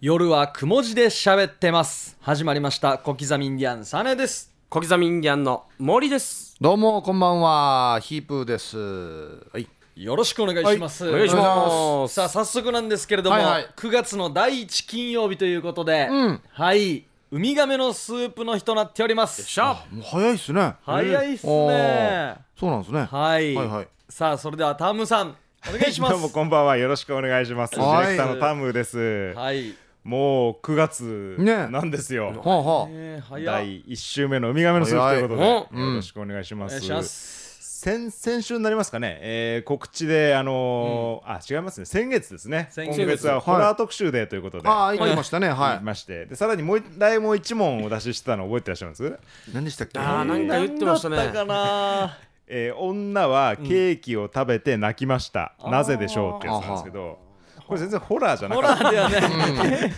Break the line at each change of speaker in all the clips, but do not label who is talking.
夜はくも字で喋ってます始まりました小刻みインディアンサネです
小刻みインディアンの森です。
どうもこんばんはヒープーです。はい。
よろしくお願いします、
お願いしま
さあ
す。
早速なんですけれども、
はいはい
9月の第1金曜日ということで、
うん
はいウミガメのスープの日となっております
しゃ
もう早いっすね。
早いっす
お
ね
ーそうなんですね。
はい、
はいはい
さあそれではタームさんお願いします
ど うもこんばんはよろしくお願いします。ディ
はい
レクターのタムです。
はい、
もう9月
ね
なんですよ。
はあはあ。
えー、早い
第1週目のウミガメのスープということで
早い
よろしくお願いし
お
ま
願い
す
し。ます
先先週になりますかね、えー告知で、あのーあ違いますね、先月ですね、
先月
今月はホラー特集デーということで、
ああ行きましたね。は
言
い。
いまして、でさらにもう一題も一問お出ししてたの覚えてらっしゃい ます、
何でしたっけ。
あーなんか言ってましたね
何だったかな
えー女はケーキを食べて泣きました、なぜでしょうってやつなんですけど、これ全然ホラーじゃな
ホ
か
ラ
った。
ー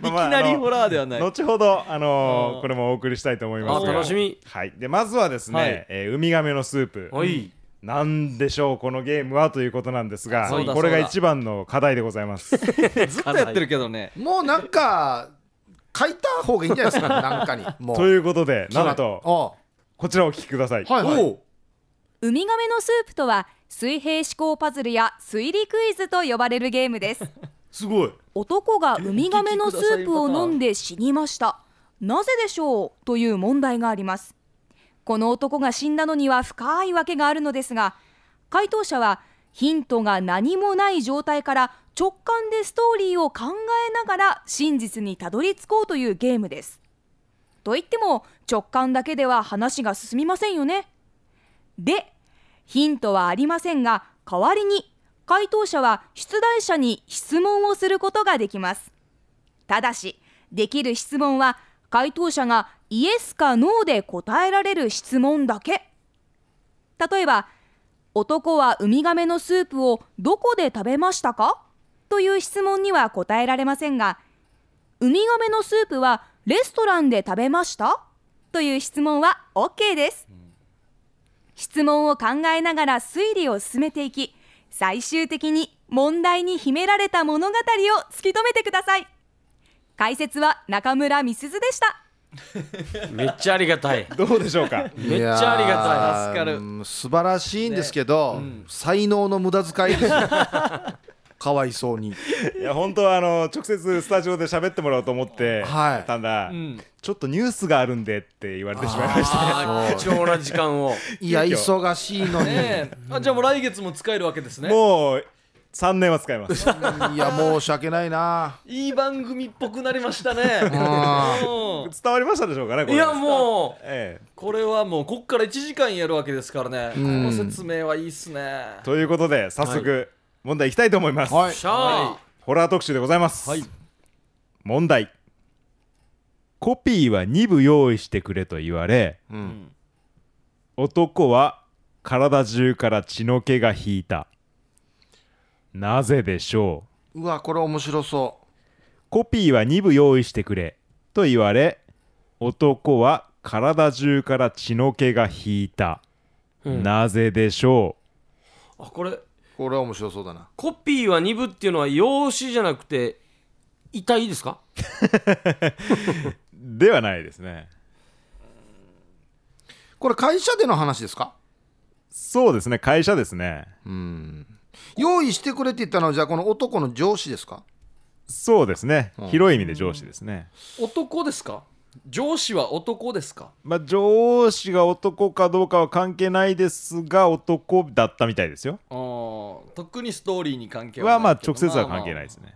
で はない、いきな
いき
りホラーではない
後ほど、あのー
うん
これもお送りしたいと思いますが
あ楽しみ
はい、でまずはですね、
はい
えーウミガメのスープ、
はい。
なんでしょうこのゲームはということなんですが
そうだ
これが
そうだ
一番の課題でございます
ずっとやってるけどね
もうなんか書いた方がいいんじゃないですか。なんかに。もう。
ということでなんと
と。
こちらをお聞きください、
はいはい
おう
ウミガメのスープとは水平思考パズルや推理クイズと呼ばれるゲームです
すごい
男がウミガメのスープを飲んで死にましたなぜでしょうという問題がありますこの男が死んだのには深い訳があるのですが回答者はヒントが何もない状態から直感でストーリーを考えながら真実にたどり着こうというゲームですといっても直感だけでは話が進みませんよねでヒントはありませんが代わりに回答者は出題者に質問をすることができますただしできる質問は回答者がイエスかノーで答えられる質問だけ例えば男はウミガメのスープをどこで食べましたかという質問には答えられませんがウミガメのスープはレストランで食べましたという質問は OK です質問を考えながら推理を進めていき最終的に問題に秘められた物語を突き止めてください解説は中村美鈴でした
めっちゃありがたい。
どうでしょうか
めっちゃあり
たい
が
助かる
る。素晴らしいんですけど、才能の無駄遣いですよ。かわいそうに。
いや本当はあの直接スタジオで喋ってもらおうと思って
はい
たんだ、
ん
ちょっとニュースがあるんでって言われてしまいました
あー貴重な時間を。
いや
急遽
忙しいのに。
ねえあじゃあもう来月も使えるわけですね
もう3年は使います
いや申し訳ないな。
いい番組っぽくなりましたね
あ
うん
伝わりましたでしょうかねこ
い
れ
やも
ええ
これはもうこっから1時間やるわけですからねこ
ん
の説明はいいっすね
ということで早速、問題いきたいと思います、
は
う。
い。
しゃあ。
ホラー特集でございます、
はい
問題コピーは2部用意してくれと言われ
うん。
男は体中から血の気が引いたなぜでしょう
うわこれ面白そ
コピーは2部用意してくれと言われ男は体中から血の気が引いた、なぜでしょ
あこれ
う。これは面白そうだな。
コピーは二部っていうのは用紙じゃなくて遺体ですか？
うではないですね
これ会社での話ですか
そうですね会社ですね
用意してくれって言ったのはじゃあこの男の上司ですか
そうですね広い意味で上司ですね、
男ですか上司は男ですか
まあ、上司が男かどうかは関係ないですが男だったみたいですよ。
あー特にストーリーに関係は
は
な
ま
い
あ
けど
直接は関係ないですね。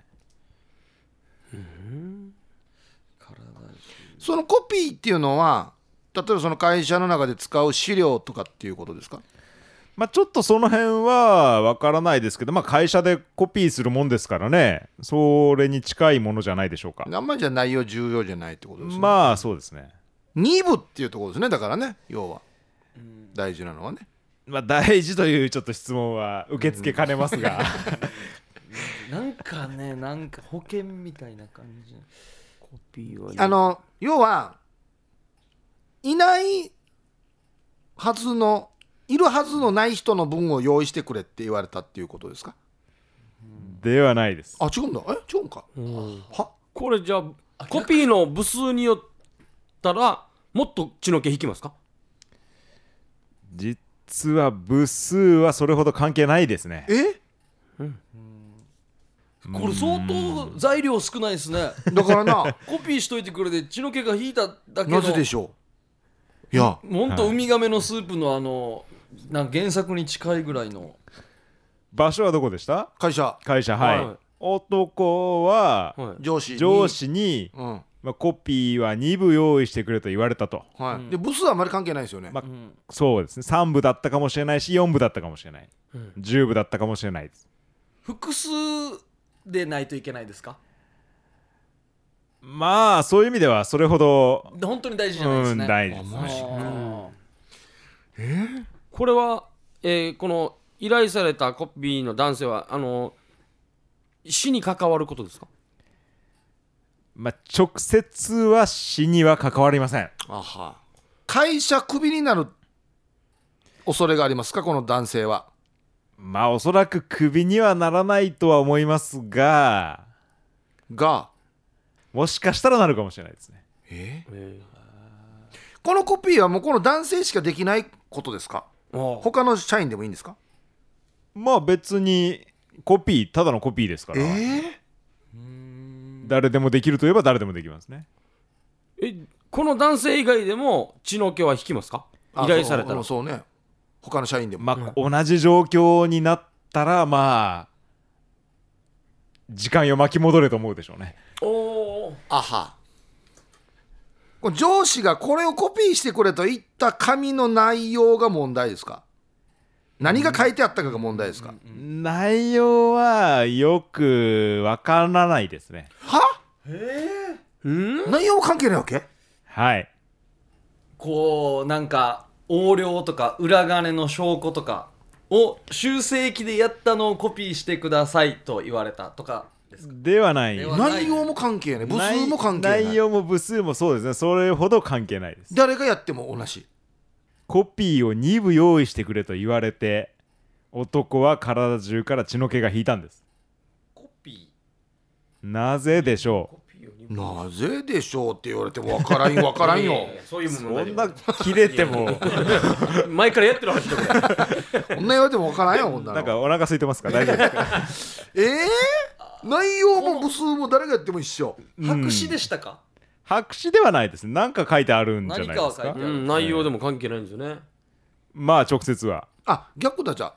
まあまあ体中
そのコピーっていうのは例えばその会社の中で使う資料とかっていうことですか
まあちょっとその辺はわからないですけど、まあ、会社でコピーするもんですからねそれに近いものじゃないでしょうか。
あんまりじゃあ内容重要じゃないってことですね、まあ、
まあそうですね。
2部っていうところですねだからね要は大事なのはね
まあ大事というちょっと質問は受け付けかねますが
なんかねなんか保険みたいな感じ
コピーは
あの要はいないはずのいるはずのない人の分を用意してくれって言われたっていうことですか
ではないです。
あ違うんだえ違うんかは
これじゃあコピーの部数によったらもっと血の毛引きますか
実は部数はそれほど関係ないですね
え
これ相当材料少ないですね
だからな
コピーしといてくれて血の毛が引いただけの
なぜでしょういや
ほんとウミガメのスープのあのなんか原作に近いぐらいの
場所はどこでした
会社
会社はい、
はい
男は
はい
上司に
上司に、
うん
まあ、コピーは2部用意してくれと言われたと、
はいで部数はあまり関係ないですよね、
まあ
ん
そうですね3部だったかもしれないし4部だったかもしれない、
うん
10部だったかもしれないです
複数でないといけないですか
まあそういう意味ではそれほど
本当に大事じゃないで
う
す
ん
ね、
大事です
あマジ
ね
あ
これは、えーこの依頼されたコピーの男性はあの死に関わることですか
まあ直接は死には関わりません
あは会社クビになる恐れがありますかこの男性は
まあおそらくクビにはならないとは思いますが
が
もしかしたらなるかもしれないですね
え
え
このコピーはもうこの男性しかできないことですか
ー、
他の社員でもいいんですか
まあ別にコピーただのコピーですから、
え
誰でもできるといえば誰でもできますね
えこの男性以外でも血の毛は引きますか依頼されたら
そうそうね他の社員でも、
まあ、同じ状況になったらまあ時間よ巻き戻れと思うでしょうね
おー
あはこれ上司がこれをコピーしてくれと言った紙の内容が問題ですか何が書いてあったかが問題ですか、
内容はよくわからないですね
は
うん
内容関係ないわけ
はい
こうなんか横領とか裏金の証拠とかを修正機でやったのをコピーしてくださいと言われたとかですか
ではない
ではない
内容も関係ない部数も関係ない
内内容も部数もそうですねそれほど関係ないです
誰がやっても同じ
コピーを2部用意してくれと言われて男は体中から血の毛が引いたんです
コピ
なぜでし
ー
ょ
コピーを
なぜでしょうって言われても分からんよ分からんよ
そういう
う
も
そ
ん
んな切れても
前からやってる話だから
こんな言われても分からんよこんなの
なんかお腹空いてますか大丈夫ですか
ええ内容も部数も誰がやっても一緒
白紙でしたか、
白紙ではないです何か書いてあるんじゃないで
何
す
かは書い
か
てある
うん、内容でも関係ないんですよね。
まあ直接は
あ逆だじゃあ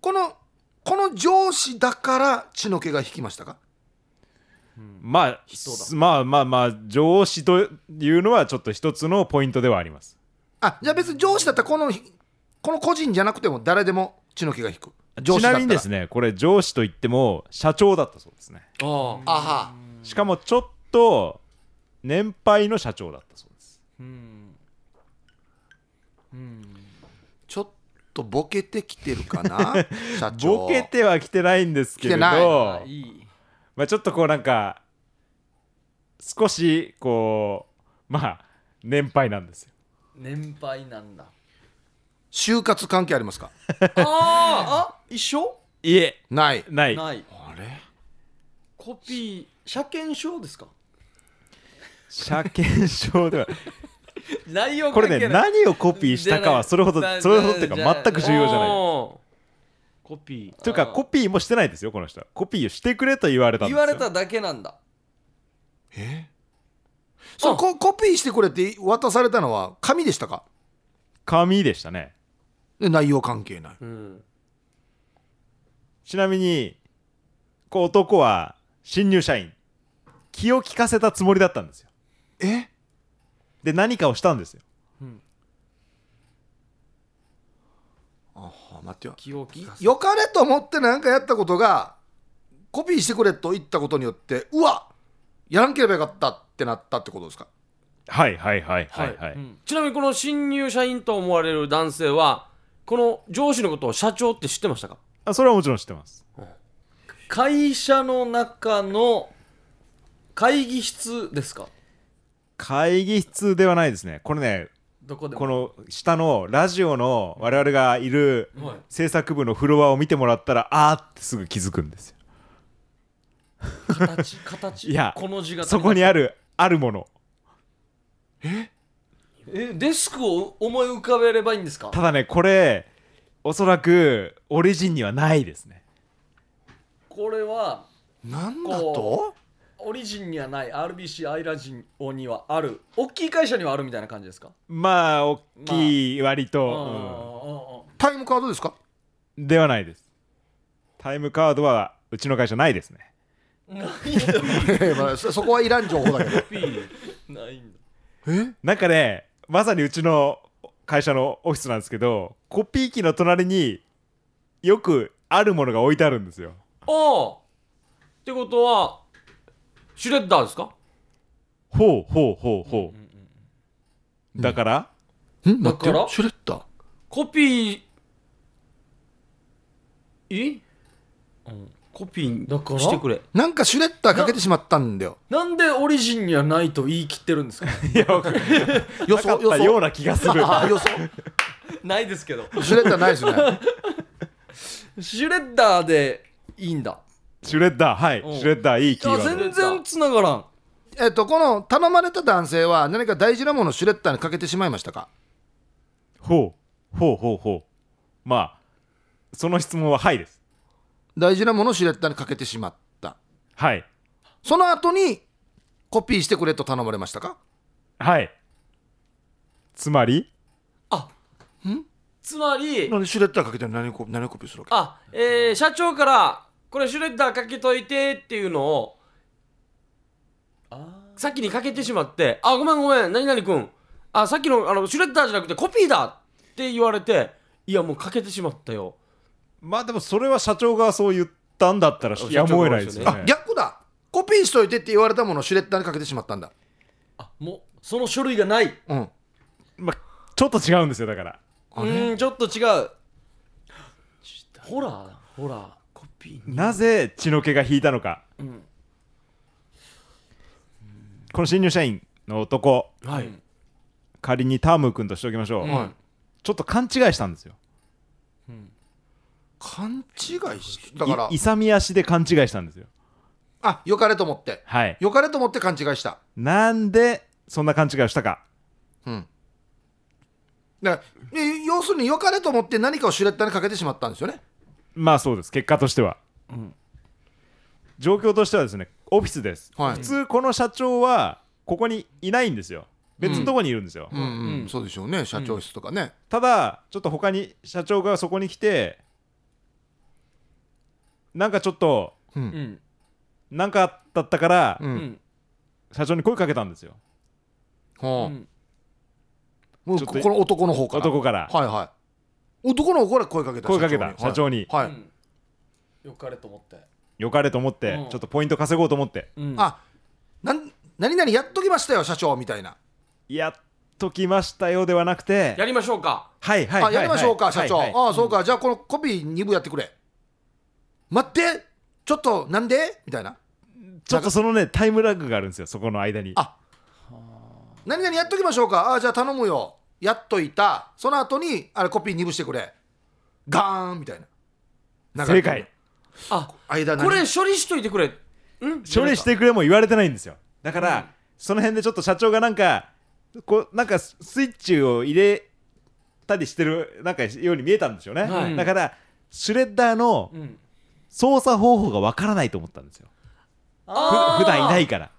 このこの上司だから血の気が引きましたか
まあ
だ
まあまあまあ上司というのはちょっと一つのポイントではあります
あじゃあ別に上司だったらこのこの個人じゃなくても誰でも血の気が引く上
ち
司だった
な
ら
みにですねこれ上司といっても社長だったそうですね
ああ、
あは
しかもちょっと年配の社長だったそうです
うんうん
ちょっとボケてきてるか な社長
ボケては来てないんですけれ
来
ど
てない
あいい
まあ、ちょっとこうなんか少しこうまあ年配なんですよ
年配なんだ
就活関係ありますか
あーあ一緒
いえ
ない
ない
ない
あれ
コピー車検証ですか
車検証では
内容
こ
関係
れ
ない
ね何をコピーしたかはそれほど
じゃない
それほどっていうか
じゃあ
全く重要じゃない
コピー。
というかコピーもしてないですよこの人はコピーをしてくれと言われたん
言
ですよ
われただけなんだ
えそれココピーしてくれって渡されたのは紙でしたか
紙でしたね
で内容関係ない
うん。
ちなみにこう男は新入社員気を利かせたつもりだったんですよ
え
で何かをしたんですよ
あ待ってよ
気を利かせ。
よかれと思って何かやったことがコピーしてくれと言ったことによってうわやらんければよかったってなったってことですか
はいはいはいはいはい、
うん
ちなみにこの新入社員と思われる男性は、この上司のことを社長って知ってましたか
あそれはもちろん知ってます
会社の中の会議室ですか
会議室ではないですねこれね
どこでも
この下のラジオの我々がいる
はい
制作部のフロアを見てもらったらあーってすぐ気づくんですよ
形形
いや
この字が
そこにあるあるもの
えデスクを思い浮かべればいいんですか
ただねこれおそらくオリジンにはないですね
これは
なんだと
オリジンにはない RBC アイラジオにはある大きい会社にはあるみたいな感じですか
まあ大きい割
うんうん
と、
うん
タイムカードですか
うんではないですタイムカードはうちの会社ないですね
ないんだ
ええまあそそこはいらん情報だけど
ないんだ
え
なんかねまさにうちの会社のオフィスなんですけどコピー機の隣によくあるものが置いてあるんですよ
ああってことはシュレッダーですか
ほうほうほうほう、だから、
ん待って
だから
シュレッダー
コピーえ
うん
コピー
だから
してくれ
なんかシュレッダーかけてしまったんだよ
なんでオリジンにはないと言い切ってるんですか
いやわかんない
予
なか
想
っ
予
たよう
想
な気が する
あ予想
ないですけど
シュレッダーないですね
シュレッダーでいいんだ
シュレッダーはい
うん
シュレッダーいいキー
あ
ワード
全然つながらん
えっとこの頼まれた男性は何か大事なものをシュレッダーにかけてしまいましたか
ほうほうほうほうまあその質問ははいです
大事なものをシュレッダーにかけてしまった
はい
その後にコピーしてくれと頼まれましたか
はいつまり
つまり
なんでシュレッダーかけて何コ何コピーするわ
あえー社長からこれシュレッダーかけといてっていうのを
あ
先にかけてしまってあごめんごめん何々君あさっきのあのシュレッダーじゃなくてコピーだって言われていやもうかけてしまったよ
まあでもそれは社長がそう言ったんだったら
社長
やむを得ないですよ
あ
ね
逆だコピーしといてって言われたものをシュレッダーにかけてしまったんだ
あもうその書類がない
うん
まあちょっと違うんですよだから
うーんちょっと違うホラーだホラー
コピー
なぜ血の気が引いたのか、
ん
この新入社員の男
はい、
仮にターム君としておきましょう、
はい
ちょっと勘違いしたんですよ
勘違いしだから
い勇み足で勘違いしたんですよ
あ良かれと思って
はい
良かれと思って勘違いした
なんでそんな勘違いをしたか
うんだからえ要するに良かれと思って何かをシュレッダーにかけてしまったんですよね
まあそうです結果としては、状況としてはですねオフィスです、
はい
普通この社長はここにいないんですよ別のとこにいるんですよ、
うん、うんそうでしょうね社長室とかね、
ただちょっと他に社長がそこに来てなんかちょっと
うん
なんかだったから、
うん
うん
社長に声かけたんですよ
う
は
ん
あ、もう
ちょっ
ことこの男の方から
男から
はいはい男の方から声かけた
声かけた社長に
はい、
う
はい
んよかれと思って
よかれと思って、
うん
ちょっとポイント稼ごうと思って
うん
あなん何々やっときましたよ社長みたいな
やっときましたよではなくて
やりましょうか
はいはい
あやりましょうか、
はいはい
社長、
はい
ああそうか、じゃあこのコピー2部やってくれ待ってちょっとなんでみたいな
ちょっとそのねタイムラグがあるんですよそこの間に
あ何々やっときましょうかああじゃあ頼むよやっといたその後にあれコピー2部してくれガーンみたいな
正解
あ
間何
これ処理しといてくれん
処理してくれも言われてないんですよだから、その辺でちょっと社長がなんかこうなんかスイッチを入れたりしてるなんかように見えたんですよね、
はい
だからシュレッダーの
うん
操作方法がわからないと思ったんですよふ
あー
普段いないから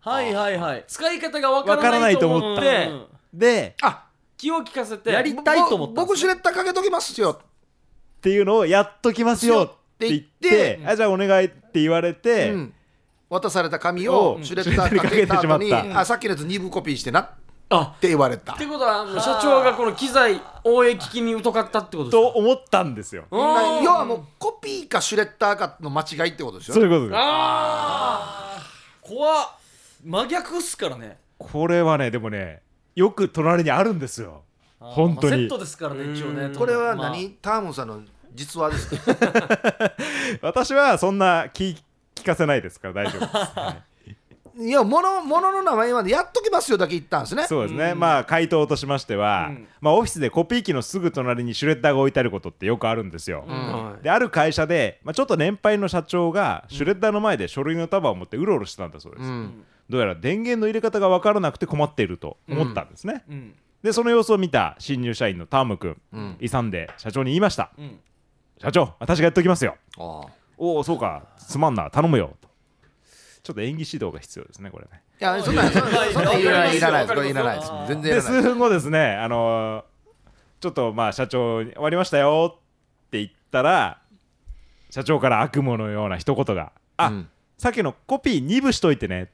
はいはいはい
使い方が
わ
わ
か
からら
な
ないい
と
と
思
思
っ
ったて
で
あ
気を利かせて
やりたいと思ったん
ぼ僕
です
シュレッダーかけときますよ
っていうのをやっときますよって言って、あじゃあお願いって言われて、
うん渡された紙を
うん
シュレッダーかけた後に
シュレッダーにかけてしまった
あさっきのやつ2部コピーしてなっ
あ
て言われた
ってことはもう社長がこの機材応援機器に疎かったってことです
と
か
思ったんですよ。
うん
な要はもうコピーかシュレッダーかの間違いってことですよ
そう
ね
いうことです。
あー怖っ真逆っすからね
これはねでもねよく隣にあるんですよ。
あー
本当に
まあセットですからね一応
う
ね
ん
これは何、
まあ
ターモンさんの実話ですか
私はそんな気聞かせないですから大丈夫です。はい
いや物物の名前までやっときますよだけ言ったんですね
そうですね、まあ回答としましては、まあ、オフィスでコピー機のすぐ隣にシュレッダーが置いてあることってよくあるんですよ、
は
である会社で、まあ、ちょっと年配の社長がシュレッダーの前で書類の束を持ってうろうろしてたんだそうです、
ん
どうやら電源の入れ方が分からなくて困っていると思ったんですね、
うん
でその様子を見た新入社員のターム君、ん、勇んで社長に言いました、
ん
社長私がやっておきますよ
ああ
おおそうかすまんな頼むよとちょっと演技指導が必要ですねこれね
いやそんなんそんなんそんなんいらないいらないですこれいらないです全然い
で
らない
数分後ですねあのーちょっとまあ社長に終わりましたよって言ったら社長から悪夢のような一言が「あ、
うん
さっきのコピー二部しといてね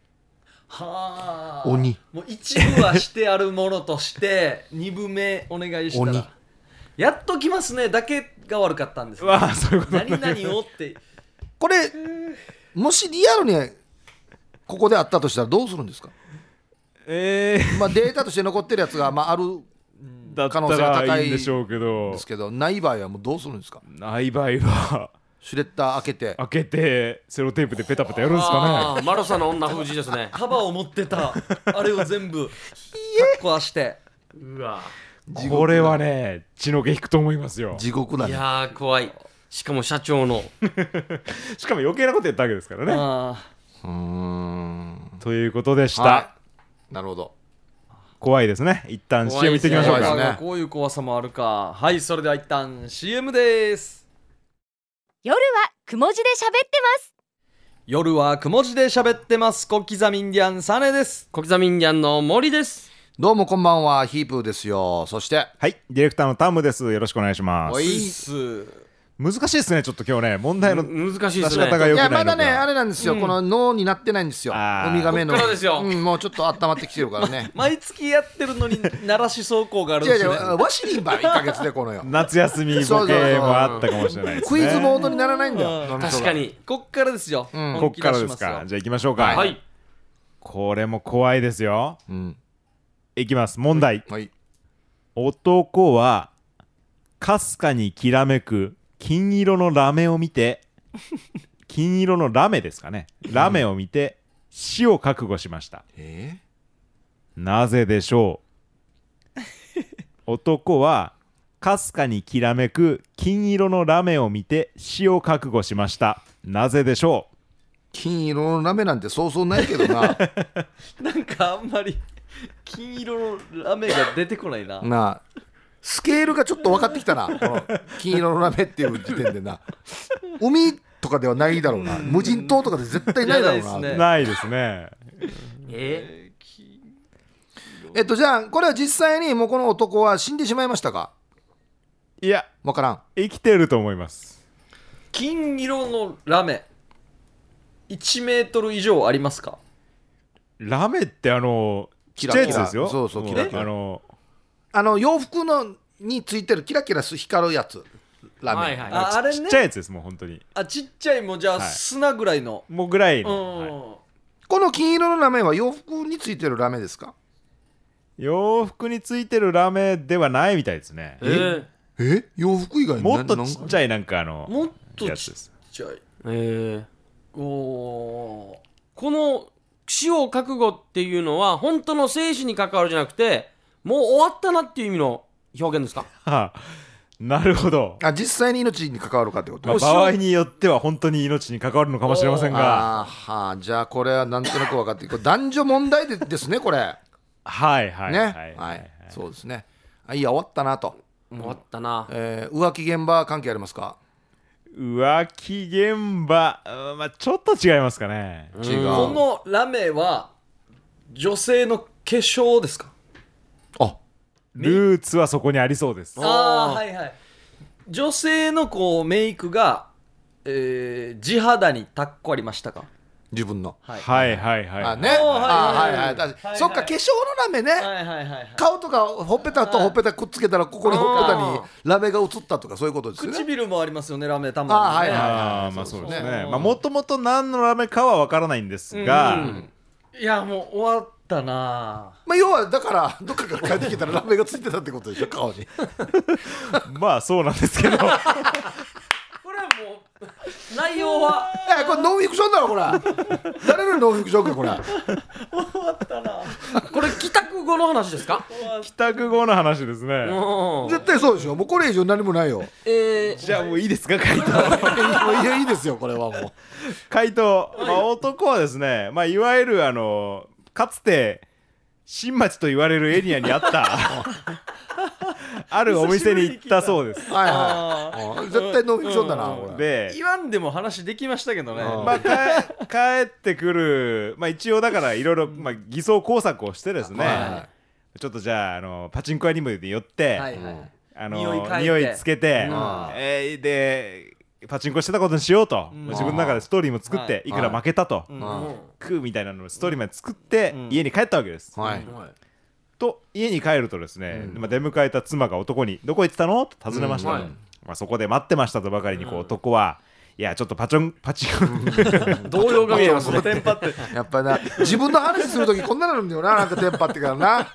はあ
鬼
もう一部はしてあるものとして 二部目お願いした
鬼
らやっときますねだけが悪かったんで」す
う
ね
わあそういうこと
何々をって
これもしリアルにここであったとしたらどうするんですか、
えー
まあ、データとして残ってるやつが、まあ、あるん
だった
可能性が高
ら
い
いいんでしょうけど
ですけどない場合はもうどうするんですか
ない場合は
シュレッダー開けて
開けてセロテープでペタペタやるんですか
あーマロさんの女封じですね
カバーを持って たあれを全部かっこして
うわ
ねこれはね血の毛引くと思いますよ
地獄だ
い
ね
やー怖いしかも社長の
しかも余計なこと言ったわけですからね
あ
うーん
ということでした、
はいなるほど
怖いですね一旦
怖い
CM
で
行ってきまし
すね
ょう
怖いです
か
ね
あこういう怖さもあるかはいそれでは一旦 CM です
夜はくも字で喋ってます
夜はくも字で喋ってます小刻みインディアンサネです
小刻みインディアンの森です
どうもこんばんはヒープーですよそして
はいディレクターのタムですよろしくお願いしま
お
す
い
いっす
難しいですねちょっと今日ね問題の
む難しい
出
で
し
すね
方が
い
よくな
や
いの
ま
か
だねあれなんですよ、この脳になってないんですよウ
あー
ミガメの
こっからですよ
うん、もうちょっと温まってきてるか らね
毎月やってるのに鳴らし走行があるん
違う
です
違
ね
うワシリンば1か月でこのよ
夏休みボケもあったかもしれないです
ク
ね
イズモードにならないんだよ脳みそが
確かに
こっからですよ、
ん
こ
本
っ
気出
から
し
で
ますすよ
かじゃあ行きましょうか、
はい
これも怖いですよ
うん
いきます問題
はい
男はかすかにきらめく金色のラメを見て金色のラメですかねラメを見て死を覚悟しました
え
なぜでしょ う男はかすかにきらめく金色のラメを見て死を覚悟しましたなぜでしょう
金色のラメなんてそうそうないけどな
なんかあんまり金色のラメが出てこないな
なあスケールがちょっと分かってきたなこの金色のラメっていう時点でな海とかではないだろうな無人島とかで絶対ないだろう
じゃ
な
ないですね
ないですね
え
えっとじゃあこれは実際にもうこの男は死んでしまいましたか
いや
分からん
生きてると思います
金色のラメ1メートル以上ありますか
ラメってあの
キ
ちっ
ラ
ち
キ
ゃ
ラ
いやつですよ
そうそうキラキラ
あの
あの洋服のについてるキラキラす光るやつラメ、
はいはい
ああれ
ちっ
ね
ちゃいやつですもう本当に
あちっちゃいもじゃあ
はい
砂ぐらいの、
もうぐらいうの、
ん、
はい
この金色のラメは洋服についてるラメですか
洋服についてるラメではないみたいですね
えー
え洋服以外に
もっとちっちゃいなんかあの
もっと
やつ
ち
で
っ
す
ちゃい
えー
おお
この死を覚悟っていうのは本当の生死に関わるじゃなくてもう終わったなっていう意味の表現ですか
はあなるほど
あ実際に命に関わるかってこと
まあ、場合によっては本当に命に関わるのかもしれませんが
あーはあじゃあこれはなんとなく分かってこれ 男女問題でですねこれ
はいはい
ね
は、
はいい、そうですねあいや終わったなと、
終わったな、
えー浮気現場関係ありますか
浮気現場、うんまあ、ちょっと違いますかね
違う
このラメは女性の化粧ですか
あ
ルーツはそこにありそうです
ああーはいはい女性のこうメイクが、えー、地肌にたっこありましたか
自分の、
はい
はいはいはい、
あね
おーはい
あ
は
はいい
はい
はいだ
はいはい
そっか化粧のラメね、
はいはいはいはい
顔とかほっぺたとほっぺたくっつけたらここにほっぺたにラメが映ったとかそういうことですよね
唇もありますよねラメたまに、ね、
あはいはい
あーまあそうです
そう
ね
そう
まあもともと何のラメかは分からないんですが、
いやもう終わったな
まあ要はだから どっかから帰ってきたらラ メがついてたってことでしょ顔に
まあそうなんですけど
これもう内容は
えこれノンフィクションだろこれ誰のノンフィクションかこれ
終わったな
これ帰宅後の話ですか
帰宅後の話です
う
ね
ん
絶対そうでしょもうこれ以上何もないよ も
えー
じゃあもういいですか回答
ういやいいですよこれはもう
回答、まあ、男はですね、まあ、いわゆるあのかつて新町と言われるエリアにあった あるお店に行ったそうです
はい
あ
はいうん絶対ノンフィクションだな
うん
これ
で
言わんでも話できましたけどね
うん
まあ、かえ帰ってくる、まあ、一応だからいろいろまあ偽装工作をしてですね、
は
ちょっとじゃああのパチンコ屋にも寄って、
はい
うん
はい
あの
匂い嗅いで
匂いつけて、
うん
えーでパチンコしてたことにしようと、
うん
もう自分の中でストーリーも作って、
はい
い、くら負けたと、
うん
あ
食うみたいなのをストーリーまで作って、
うん
家に帰ったわけです。
はい
と家に帰るとですね、
うん
まあ、出迎えた妻が男に「どこ行ってたの?」と尋ねました、
うんはい
まあ、そこで待ってましたとばかりにこう、男は「いやちょっとパチョン パチンコ
動揺が見えます
う
ね
ん
テンパって
やっぱな自分の話する時こんななるんだよななんかテンパってから な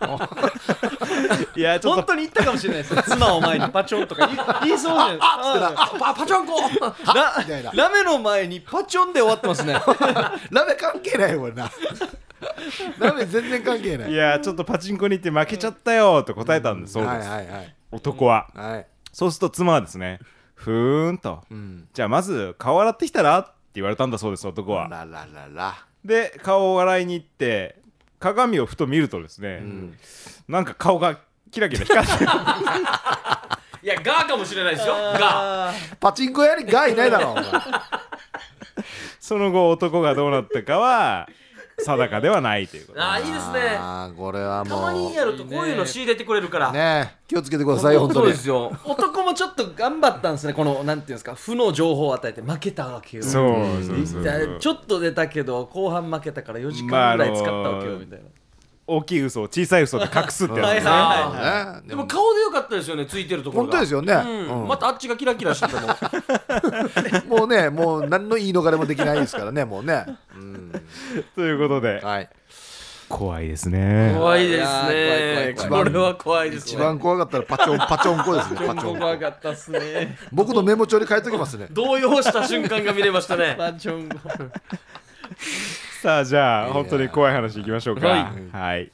いやちょっと
本当に言ったかもしれないです妻を前にパチョンとか 言い言いそうじゃないですか
パパチョンコ
ラ
みたいな
ラメの前にパチョンで終わってますね
ラメ関係ないよこれなラメ全然関係ない
いやちょっとパチンコに行って負けちゃったよと答えたんです、そう
は
で
い
す、
はいはい
男は、
はい
そうすると妻はですねふーんと、
うん
じゃあまず顔洗ってきたらって言われたんだそうです男は
ララララ
で顔を洗いに行って鏡をふと見るとですね、なんか顔がキラキラ光ってる
いやガーかもしれないですよガー
パチンコ屋にガいないだろ お前
その後男がどうなったかは定かではないということ
あーいいですね
あーこれは
たま
も
に
う
やるとこういうの仕入れてくれるから
ねえ気をつけてください本当に
ですよ
男もちょっと頑張ったんですねこのなんていうんですか負の情報を与えて負けたわけよ
そうそうそう
でちょっと出たけど後半負けたから4時
まあ
間
あ
ぐ
の
らい使ったわけよみたいな、
大きい嘘を小さい嘘で隠すってやつ
はいはい
ですね
あ
ね
でも顔でよかったですよねついてるところ
本
が
当ですよね、
うん
うん
またあっちがキラキラしてても
もうねもう何の言い逃れもできないですからねもうね、うん、
ということで
はい
怖いですね
怖いです
怖い怖い
ね
怖
こ
い
れは怖いです
一
ね
番怖かったらパチョンパチョンコですねパチョンコ
かったっす ね
僕のメモ帳に書いときますね
動揺した瞬間が見れました ね
パチョンゴ
さあじゃ
い
あ
や
本当に怖い話いきましょうか
は
はい、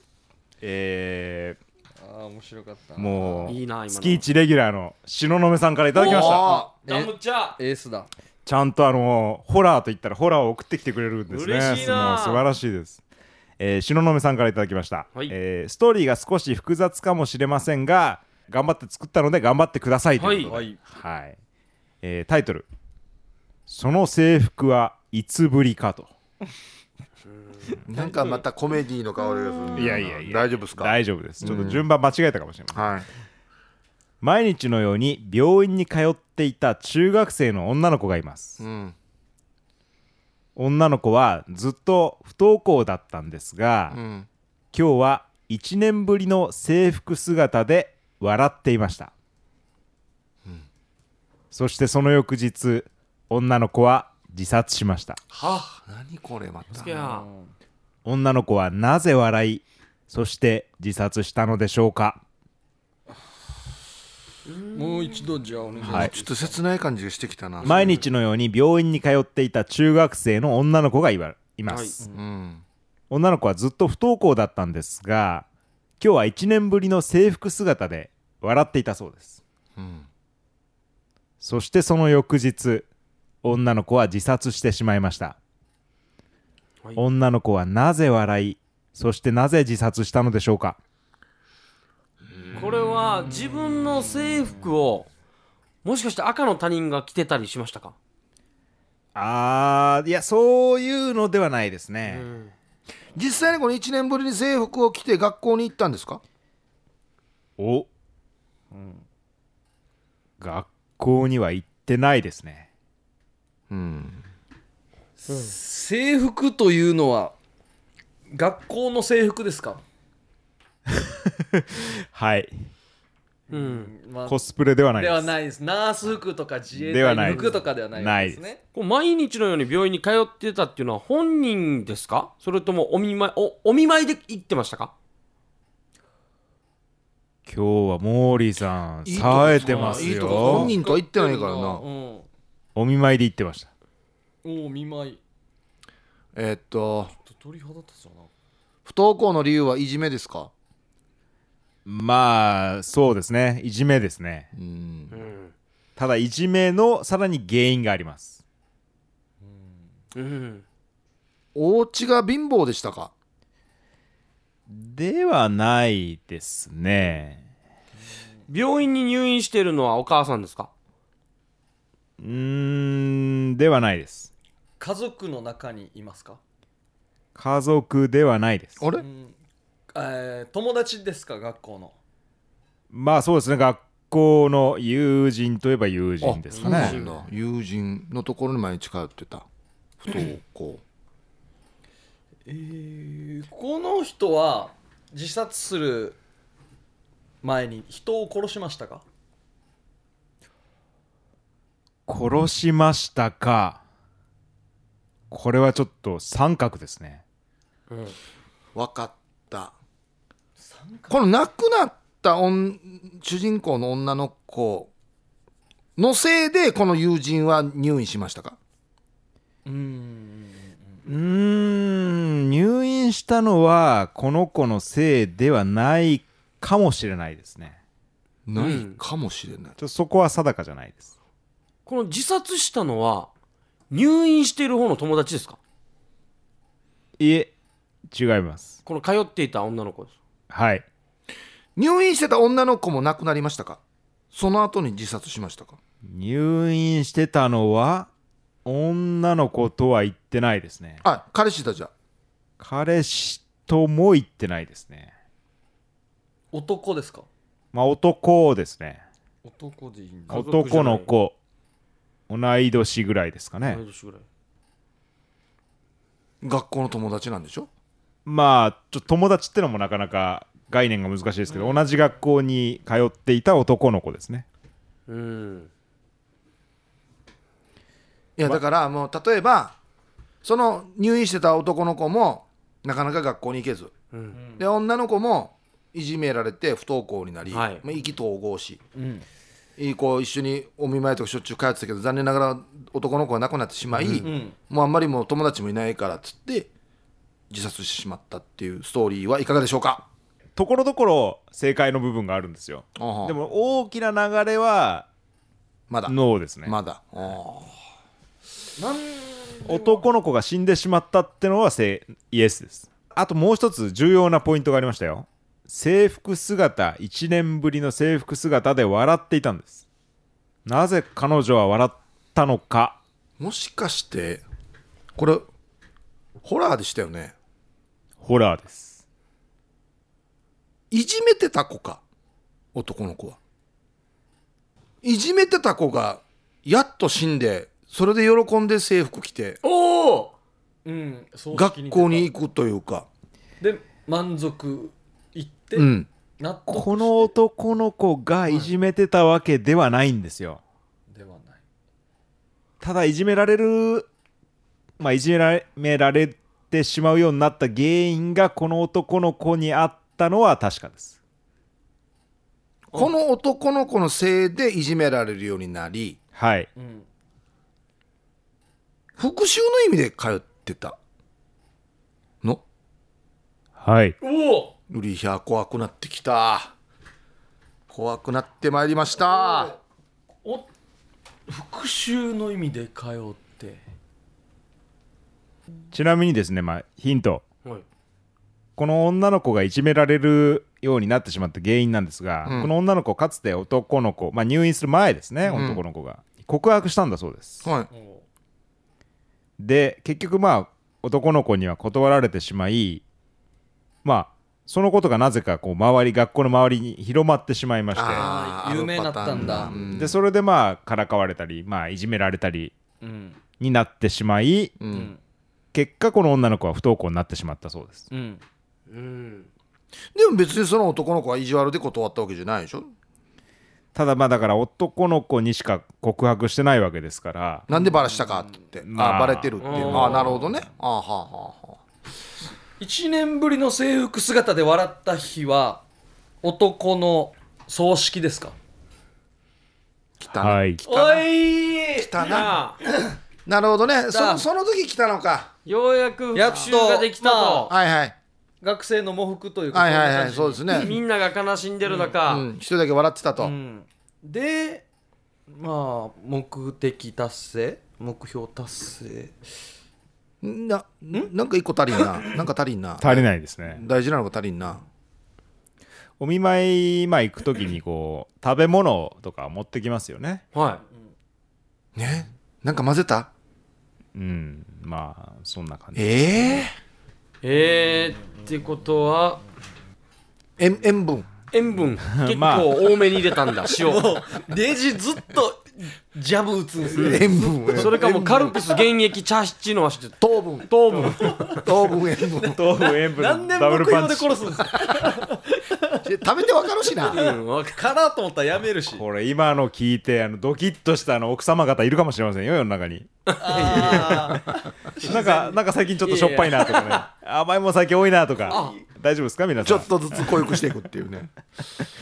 え
ああ面白かった
ー、もう
いいな今の
月一レギュラーの東雲さんからいただきました
あ
ダムチャ
エースだ
ちゃんとあのホラーと言ったらホラーを送ってきてくれるんですね
嬉しいな
もう素晴らしいですえー、東雲さんからいただきました、
はい
えーストーリーが少し複雑かもしれませんが頑張って作ったので頑張ってくださいということで、
はい
はいえータイトル「その制服はいつぶりか」と
なんかまたコメディの香りがする
いやいやいや
大丈夫ですか
大丈夫ですちょっと順番間違えたかもしれません
はい
毎日のように病院に通っていた中学生の女の子がいます
うん
女の子はずっと不登校だったんですが、
うん
今日は1年ぶりの制服姿で笑っていました、そしてその翌日女の子は自殺しました
はあ何これまた
ーいや
女の子はなぜ笑いそして自殺したのでしょうか
もう一度じゃあお願いします、
はい
ちょっと切ない感じがしてきたな
毎日のように病院に通っていた中学生の女の子がいわいます、
うん
女の子はずっと不登校だったんですが今日は1年ぶりの制服姿で笑っていたそうです
うん
そしてその翌日女の子は自殺してしまいました、
はい
女の子はなぜ笑いそしてなぜ自殺したのでしょうか
これは自分の制服をもしかして赤の他人が着てたりしましたか
あーいやそういうのではないですね、
実際にこの1年ぶりに制服を着て学校に行ったんですか
お、学校には行ってないですね
うん
制服というのは学校の制服ですか、
はい
うん
まあ
コスプレではない
で
です
はないですナース服とか自衛
ではな
隊
い
服とかではないですね
こう毎日のように病院に通ってたっていうのは本人ですかそれともお見舞いおお見舞いで行ってましたか
今日はモーリーさん
いいとこ
冴えてますよ
いいとこ本人とは言ってないから
う
な
ん
お見舞いで行ってました
おお見舞い
えーっと
ちょっと鳥肌立つわな
不登校の理由はいじめですか
まあそうですねいじめですね
うん
うん
ただいじめのさらに原因があります
うん
お家が貧乏でしたか
ではないですね
病院に入院してるのはお母さんですか
うーんではないです
家族の中にいますか
家族ではないです
あれ
うんえー友達ですか学校の
まあそうですね学校の友人といえば友人ですか
あ
ね
そうなんだ友人のところに毎日通ってた不登校
えーこの人は自殺する前に人を殺しましたか
殺しましたかこれはちょっと三角ですね
分かった
三角
この亡くなった女主人公の女の子のせいでこの友人は入院しましたか
うーん
うーん入院したのはこの子のせいではないかもしれないですね
ないかもしれない、
ちょっとそこは定かじゃないです
この自殺したのは入院している方の友達ですか
いえ違います
この通っていた女の子です
はい
入院してた女の子も亡くなりましたかその後に自殺しましたか
入院してたのは女の子とは言ってないですね
あ彼氏だじゃ
彼氏とも言ってないですね
男ですか
まあ男ですね
男でいいんだ
家族じゃ
男
ない
の子同い年ぐらいですかね
同い年ぐらい
学校の友達なんでしょ
まあちょっと友達ってのもなかなか概念が難しいですけど、同じ学校に通っていた男の子ですね
うん
いやだからもう例えばその入院してた男の子もなかなか学校に行けず、
ん
で女の子もいじめられて不登校になり、
はい
まあ、意気投合し
うん
いい子一緒にお見舞いとかしょっちゅう通ってたけど残念ながら男の子が亡くなってしまい、
うん
もうあんまりもう友達もいないからっつって自殺してしまったっていうストーリーはいかがでしょうか
ところどころ正解の部分があるんですよ
あは
でも大きな流れは
まだ、
ノーですね、
まだあは
なん
男の子が死んでしまったってのはせイエスですあともう一つ重要なポイントがありましたよ制服姿1年ぶりの制服姿で笑っていたんですなぜ彼女は笑ったのか
もしかしてこれホラーでしたよね
ホラーです
いじめてた子か男の子はいじめてた子がやっと死んでそれで喜んで制服着て
おお
うん葬式
学校に
出
行くというか
たで満足いって、
うん
納得
この男の子がいじめてたわけではないんですよ、
ではない
ただいじめられるまあいじめられめられてしまうようになった原因がこの男の子にあったのは確かです
この男の子のせいでいじめられるようになり
はい
うん
復讐の意味で通ってたの
はい
お
ウリヒャー怖くなってきた怖くなってまいりました
おお復讐の意味で通って
ちなみにですねまあヒント
はい
この女の子がいじめられるようになってしまった原因なんですが、
うん
この女の子かつて男の子、まあ、入院する前ですね、
ん
男の子が告白したんだそうです
はい
お
で結局まあ男の子には断られてしまいまあそのことがなぜかこう周り学校の周りに広まってしまいまし
あー
有名だったんだ
あのパターン
て
だ
でそれでまあからかわれたりまあいじめられたり
うん
になってしまい
うん
うん
結果この女の子は不登校になってしまったそうです
うん
うん
でも別にその男の子は意地悪で断ったわけじゃないでしょ
ただまあだから男の子にしか告白してないわけですから
なんでバラしたかって言って、
まあ
あ、バレてるっていう
うん
あなるほどねあはあはあはあ
1年ぶりの制服姿で笑った日は男の葬式ですか
来たね
はい
おい
たな
なあ
なるほどね
だ
そその時来たのか
ようやく
やっ
復
と
讐ができたと、
はいはい
学生の喪服というか
はいはいはい
そ
そううですね
みんなが悲しんでる中、
うん一人だけ笑ってたと、
う感じ、うん、でまあ目的達成目標達成
ななんか一個足りんななんか足りんな
足りないですね
大事なのが足りんな
お見舞い、まあ、行く時にこう食べ物とか持ってきますよね
は
ねなんか混ぜた
うんまあそんな感じ
え
いえー、ってことは
えー、塩分
塩分結
まあ
構多めに入れたんだ塩
もうデジずっとジャブ打つんですよ
塩分
それかもうカルピス原液チャシチの足で
糖分
糖分
糖分塩分
豆腐塩分
何年
ダブ
目
ル
標
パン
で
チ
殺すんですか
食べてわかるしな
うんわか
かなと思ったらやめる し
これ今の聞いてあのドキッとしたあの奥様方いるかもしれませんよ世の中に
あー
なんかなんか最近ちょっとしょっぱいなとかね甘いもん最近多いなとか大丈夫ですか皆
ち
さ
ょ
ん
っとずつ濃ゆくしていくっていう ね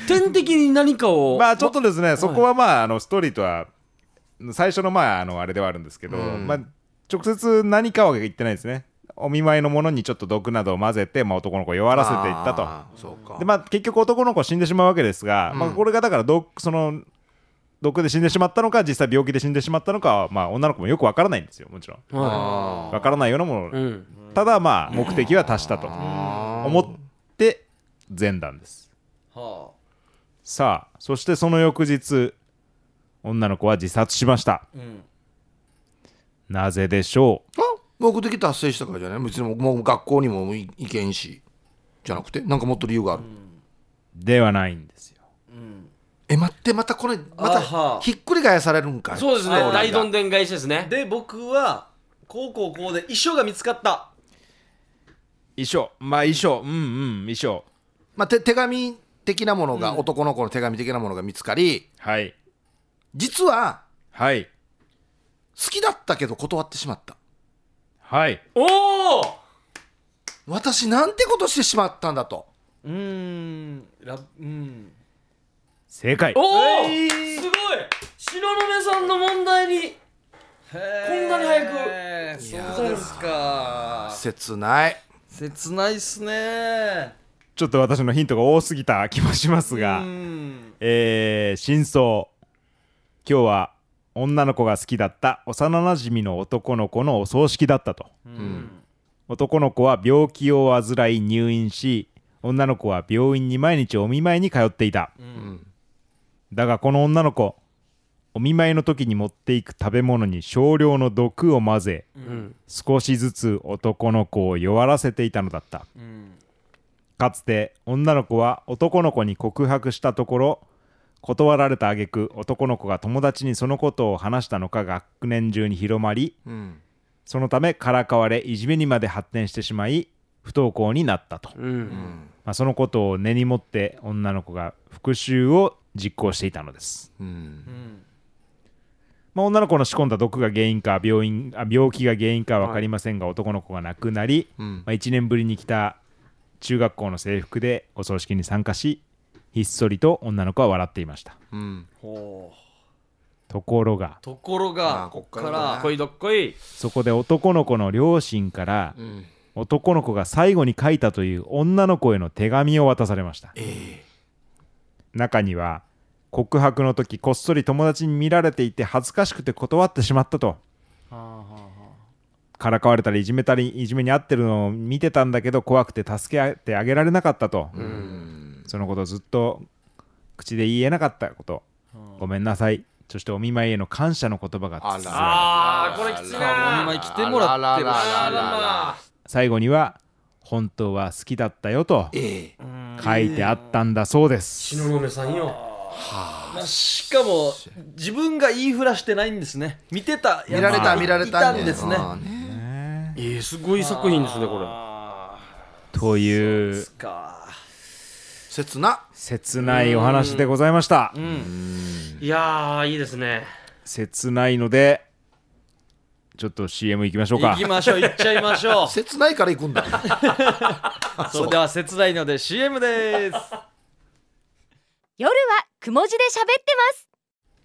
点滴に何かを
まあちょっとですねそこはまああのストーリーとは最初のまああのあれではあるんですけど
うん
まあ直接何かは言ってないですねお見舞いのものにちょっと毒などを混ぜてまあ男の子を弱らせていったと
あーそうか
でまあ、結局男の子は死んでしまうわけですが、まあ、これがだからどその毒で死んでしまったのか実際病気で死んでしまったのかは、まあ、女の子もよくわからないんですよもちろん
は
わからないようなもの、
い、うん、
ただまあ目的は達したと
あー
思って前段です
は
さあそしてその翌日女の子は自殺しました
あうん
なぜでしょう
あ目的達成したからじゃない別にもうもう学校にもい行けんしじゃなくてなんかもっと理由がある、
ではないんですよ
え待ってまたこれま
あは
たひっくり返されるんかい
そうですね
そうなんだ
大どんでん返しですね
で僕はこうこうこうで衣装が見つかった
衣装まあ衣装うんうん衣装
まあ、て手紙的なものが、男の子の手紙的なものが見つかり
はい
実は
はい
好きだったけど断ってしまった
はい
おお
私なんてことしてしまったんだと
うーんラうん
正解
おお、
えい
すごい白目さんの問題に
こ
んなに早
くそうですか
切ない
切ないっすね
ちょっと私のヒントが多すぎた気もします
う
が、
ん
えー、真相今日は女の子が好きだった幼なじみの男の子のお葬式だったと
うん
男の子は病気を患い入院し女の子は病院に毎日お見舞いに通っていた、だがこの女の子お見舞いの時に持っていく食べ物に少量の毒を混ぜ、少しずつ男の子を弱らせていたのだった、かつて女の子は男の子に告白したところ断られた挙句男の子が友達にそのことを話したのか学年中に広まり
うん
そのためからかわれいじめにまで発展してしまい不登校になったと、
うん、
まあ、そのことを根に持って女の子が復讐を実行していたのです、
うん
まあ、女の子の仕込んだ毒が原因か病院あ病気が原因かは分かりませんが、男の子が亡くなり、
うん
まあ、1年ぶりに来た中学校の制服でお葬式に参加しひっそりと女の子は笑っていました
うん
ほ
ところが
うところ
まあ
が
こっ
こっ
か
か
らだ
ら
な
こいどっこい
そこで男の子の両親から
うん
男の子が最後に書いたという女の子への手紙を渡されました、中には告白の時こっそり友達に見られていて恥ずかしくて断ってしまったとからかわれたりいじめたりいじめに遭ってるのを見てたんだけど怖くて助けてあげられなかったと、そのことをずっと口で言えなかったこと、ごめんなさいそしてお見舞いへの感謝の言葉が綴られ
あら
ああこれきつい
あお
な
前来てもらってるし
あらまあ
最後には本当は好きだったよと
ええ
書いてあったんだそうです、
白目さんよ
まあしかも自分が言いふらしてないんですね見てた
見られ
ま
た
あ
見られ
い
た
たんですね
あーね
ね
えー、すごい作品ですねこれ
という
すか
切な
切ないお話でございました、
いやーいいですね
切ないのでちょっと CM 行きましょう
行
か
きましょう行っちゃいましょう
切ないから行くんだ
それでは切ないので CM です
夜はくも字で喋ってます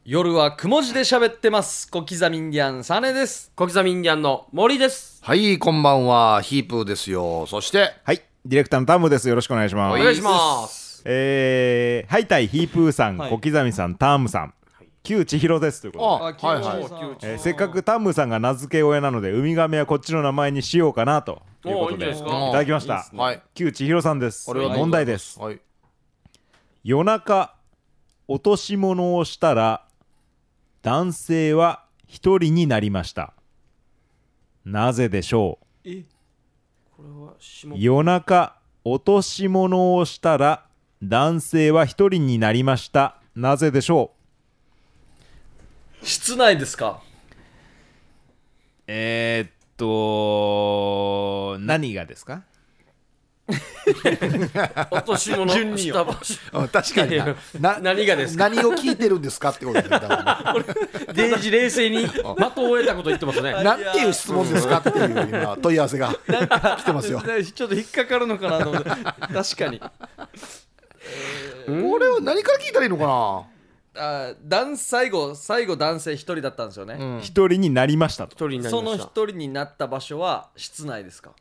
夜はくも字で喋ってます小刻みインディアンサネです
小刻みインディアンの森です
はいこんばんはヒープーですよそして
はいディレクターのタムですよろしくお願いします
お願いします
えー、ハイタイヒープーさん、
はい
小刻みさん、タームさん、旧千尋ですということで。
あはいはい
えーせっかくタムさんが名付け親なのでウミガメはこっちの名前にしようかなというこ
おーい
と
いんじ
で
ゃな
い
いです
た
か
だきまし
いいったす
はい
旧千尋さんです
ありがとうございます
問題です
はい
夜中落とし物をしたら男性は一人になりましたなぜでしょう
これは下
夜中落とし物をしたら男性は一人になりましたなぜでしょう
室内ですか
えー、っと何がですか
落とし物
順に
し
よ
た場所
あ確かになな
何がですか
何を聞いてるんですかってことだよね多分ね
デイジ冷 静に的を得たこと言ってま すね
なんていう質問ですかっていう今問い合わせが来てますよ。
ちょっと引っかかるのかなと思って 確かに
これは何から聞いたらいいのか
あー男最後最後男性一人だったんですよね、
な。
一人になりましたと
一人になり
その
まし
一
た
人になった場所は室内ですか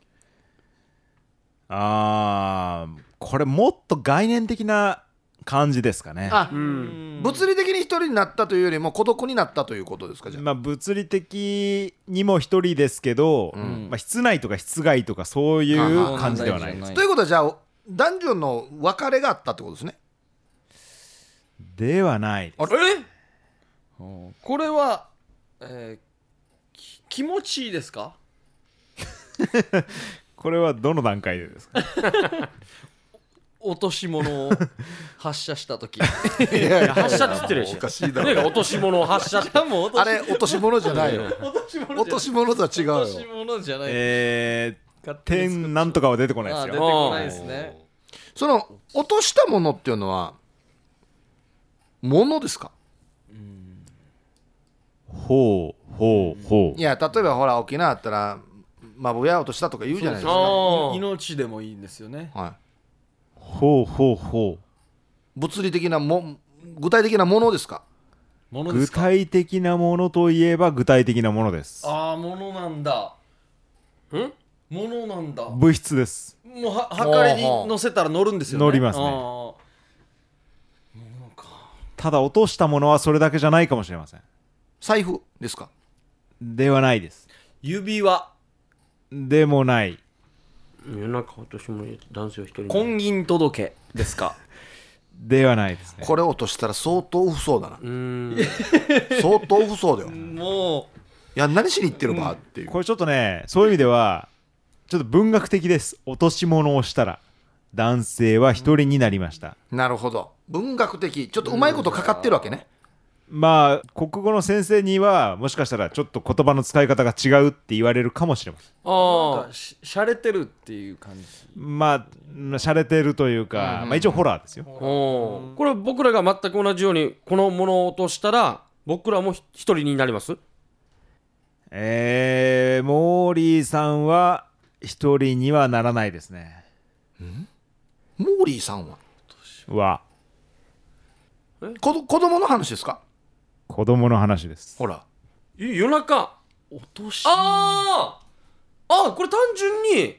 あーこれもっと概念的な感じですかね
あ
う、ん
物理的に一人になったというよりも孤独になったということですかじゃあ。
まあ、物理的にも一人ですけど、
ん
まあ、室内とか室外とかそういう感じではない
あ
です
ー
ということはじゃあ男女の別れがあったってことですね。
ではないです
これは、えーき気持ちいいですか
これはどの段階でですか
落とし 物を発射した時
いやいや
発射って言ってるでしょ
おかしいだ
ね
ろ。
落とし物を発射って
多分
あ
落
れ落とし物じゃない
と
よ。
し物
落
じゃ
とし物とは違う
ない
よ
落と。し物じゃない、
え
勝
ー、
手に作っちゃう
点なんとかは出てこ
あ
ない
ー出
で
て
すよ
こないですね
その落としたものっていうのは物ですか。
ほうほうほ
いうや例えばほら沖縄だったらマブヤ落としたとか言うじゃないですか。
あ
い
ー
命でもいいんですよね
はい。
ほうほうほ
物理的なも具体的なものですか
物
う
で
具
すか
体的なものといえば具体的なものです
ああ物なんだ
ん
物なんだ
物質です
もうははかりに乗せたら乗るんですよね
乗りますね
あー
ただ落としたものはそれだけじゃないかもしれません
財布ですか
ではないです
指輪
でもない
夜中落とし物男性を一人に
婚姻届です か
ではないですね
これ落としたら相当不そうだな
うーん
相当不そうだよい
も
や何しに行ってるばっていう
これちょっとねそういう意味ではちょっと文学的です落とし物をしたら男性は一人になりました、
なるほど文学的ちょっとうまいことかかってるわけね
まあ国語の先生にはもしかしたらちょっと言葉の使い方が違うって言われるかもしれません
う
あ
なんかししゃれてるっていう感じ
まあうん洒落てるというか、まあ、一応ホラーですよ
あこれ僕らが全く同じようにこのものを落としたら僕らもひ一人になります
えー、モーリーさんは一人にはならないですね
モーリーさんは
は
こど子供の話ですか
子供の話です
ほら
え夜中
落とし
あああこれ単純に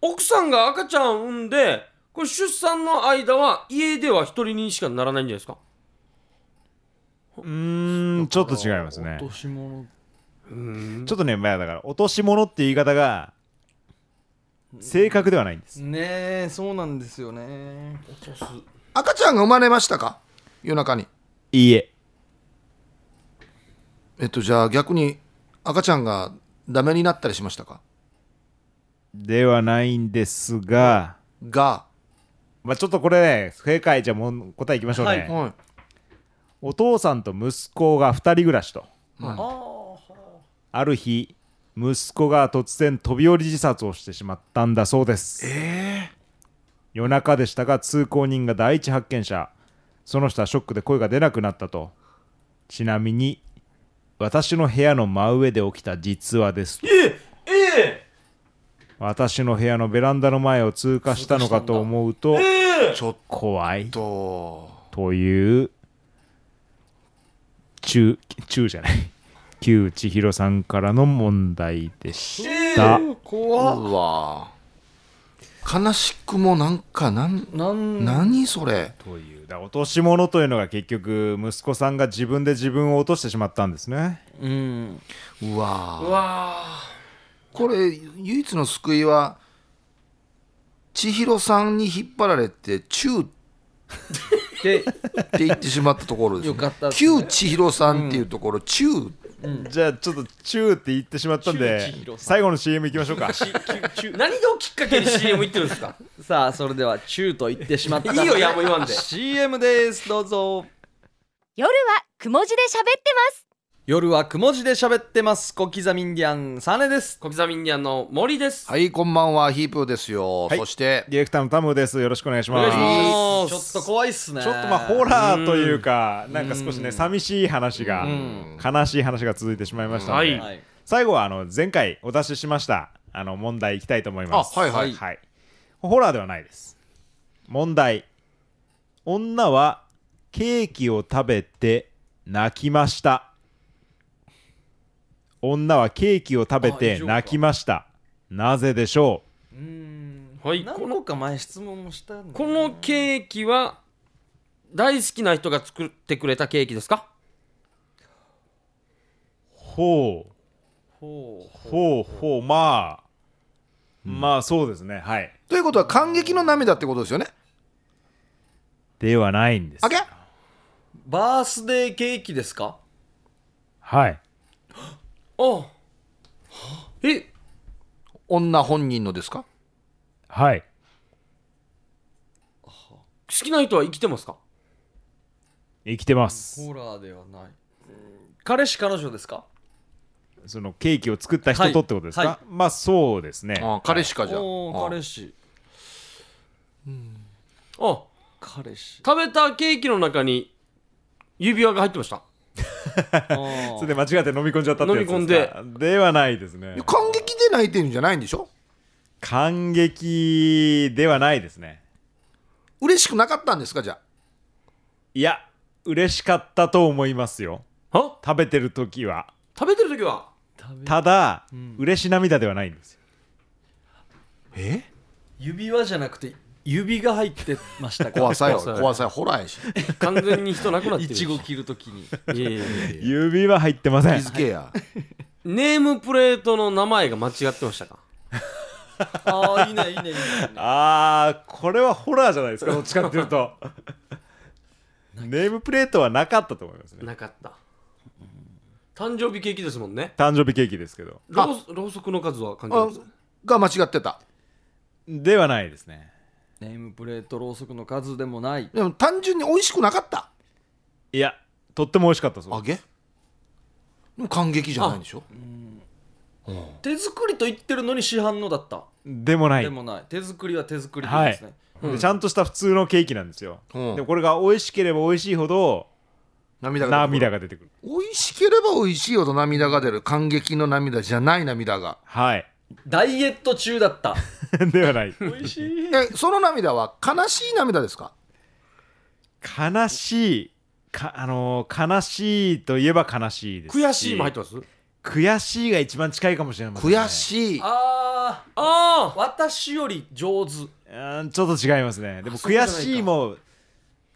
奥さんが赤ちゃんを産んでこれ出産の間は家では一人にしかならないんじゃないですか
うーんちょっと違いますね
落とし物
ちょっとね、まあだから、落とし物っていう言い方が、正確ではないんです。
ねえそうなんですよね落とす
赤ちゃんが生まれましたか夜中に
いいえ。
えっとじゃあ逆に赤ちゃんがダメになったりしましたか
ではないんですが、
が、
まあちょっとこれね、正解、じゃあもう答えいきましょうね。
はい
は
お父さんと息子が2人暮らしと。
あー
ある日、息子が突然飛び降り自殺をしてしまったんだそうです。夜中でしたが、通行人が第一発見者。その人はショックで声が出なくなったと。ちなみに、私の部屋の真上で起きた実話ですと私の部屋のベランダの前を通過したのかと思うと
い、ちょっ
怖い
と
という中中じゃない 旧千尋さんからの問題でした、
怖っ
うわ悲しくもなんかなん、
なん
何それ
というだから落とし物というのが結局息子さんが自分で自分を落としてしまったんですね
うん
うわ
うわ
これ唯一の救いは千尋さんに引っ張られて「チュー」っ
で
て言ってしまったところです、
よかったっすね
旧千尋さんっていうところ「チュー」
じゃあちょっとチューって言ってしまったん
チュー
で
千尋さん
最後の CM いきましょうか
ー何がきっかけに CM 行ってるんですか
さあそれではチューと言ってしまった
いいよやもう言わんで
CM ですどうぞ
夜はくも字で喋ってます
夜はくも字で喋ってます小刻みインディアンサネです
小刻みインディアンの森です、
はいこんばんはヒープーですよ、
はい
そして
ディレクターのタムですよろしくお願いし
お
ます
願いしま
ちょっ
す
と怖いっすね
ちょっとまあホラーというかなんか少し
う
ね
ん
寂しい話が
うん
悲しい話が続いてしまいましたので、
はい
はい
最後はあの前回お出ししましたあの問題いきたいと思います
あはいはい
ホラーではないです問題女はケーキを食べて泣きました女はケーキを食べ
あ以
て
上か
泣きましたなぜでしょ
うん
はい
何個か前質問もしたんだ
このケーキは大好きな人が作ってくれたケーキですか
うほう
ほう
ほうほうまあ、まあそうですねはい
ということは感激の涙ってことですよね
ではないんです
あけ
バースデーケーキですか
はい
あえ
女本人のですか
はい
好きな人は生きてますか
生きてます
ホラーではない彼氏彼女ですか
そのケーキを作った人とってことですか、
はいはい
まあそうですね
あ彼氏かじゃあ
おー
あ
彼氏
あ
彼氏
食べたケーキの中に指輪が入ってました
あー
それで間違って飲み込んじゃったってやつですか
飲み込
んでではないですね
感激で泣いてるんじゃないんでしょ
感激ではないですね
嬉しくなかったんですかじゃあ
いや嬉しかったと思いますよ
あ
食べてる時は
食べてる時は
食べ
ただ、嬉し涙ではないんですよ
え
指輪じゃなくて指が入ってま したか
怖さよ
怖さよ
怖さよホラーやし
完全に人なくなって
い
る
ち ご切るときに
いやいやいやいや
指は入ってませ
気
ん
づけや
ネームプレートの名前が間違ってましたか
ああいいねいいねいいね
あーこれはホラーじゃないですかどっちかっていうとネームプレートはなかったと思いますね
なかった誕生日ケーキですもんね
誕生日ケーキですけど
ろうろうそくの数は関係ない
あ
です
が間違ってた
ではないですね
ネームプレートろうそくの数でもない
でも単純に美味しくなかった
いやとっても美味しかったそう
あ
で
げでも感激じゃないんでしょ
手作りと言ってるのに市販のだった
すでもない
でもない手作りは手作りでいいですね
でちゃんとした普通のケーキなんですよ、
うん
でもこれが美味しければ美味しいほど
涙が出てくる
涙が出てくる
美味しければ美味しいほど涙が出る感激の涙じゃない涙が
はい
ダイエット中だった
ではない
美味しい
えその涙は悲しい涙ですか
悲しいかあのー悲しいといえば悲しいです
悔しいも入ってます
悔しいが一番近いかもしれません、
悔
い
しい
あーあ私より上手
うんちょっと違いますねでも
そうじゃな
悔
いか
しいも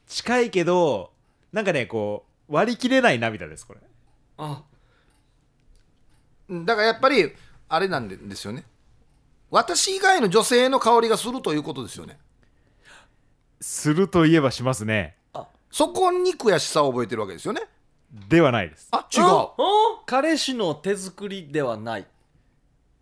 近いけどなんかねこう割り切れない涙ですこれ
あ
うんだからやっぱりあれなんですよね私以外の女性の香りがするということですよね
するといえばしますね
そこに悔しさを覚えてるわけですよね
ではないです
あ違う
ああ彼氏の手作りではない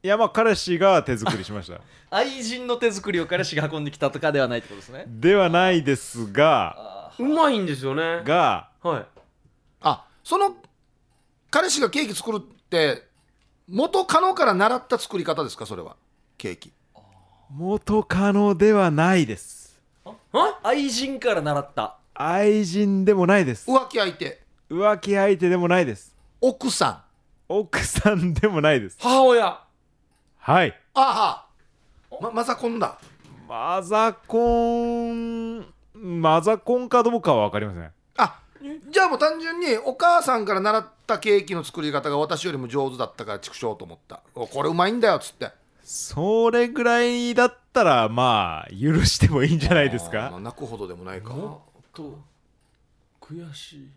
いやまあ彼氏が手作りしま した
愛人の手作りを彼氏が運んできたとかではないってことですね
ではないですが
うまいんですよね
が
はい
あその彼氏がケーキ作るって元カノから習った作り方ですかそれはケーキ
元カノではないです
あ
愛人から習った
愛人でもないです
浮気相手
浮気相手でもないです
奥さん
奥さんでもないです
母親
はい
ああままさこんだ
マザコンマザコンかどうかは分かりません
あじゃあもう単純にお母さんから習ったケーキの作り方が私よりも上手だったから畜生と思ったおこれうまいんだよっつって
それぐらいだったらまあ許してもいいんじゃないです
あー
か
泣くほどでもないか
もっと悔しい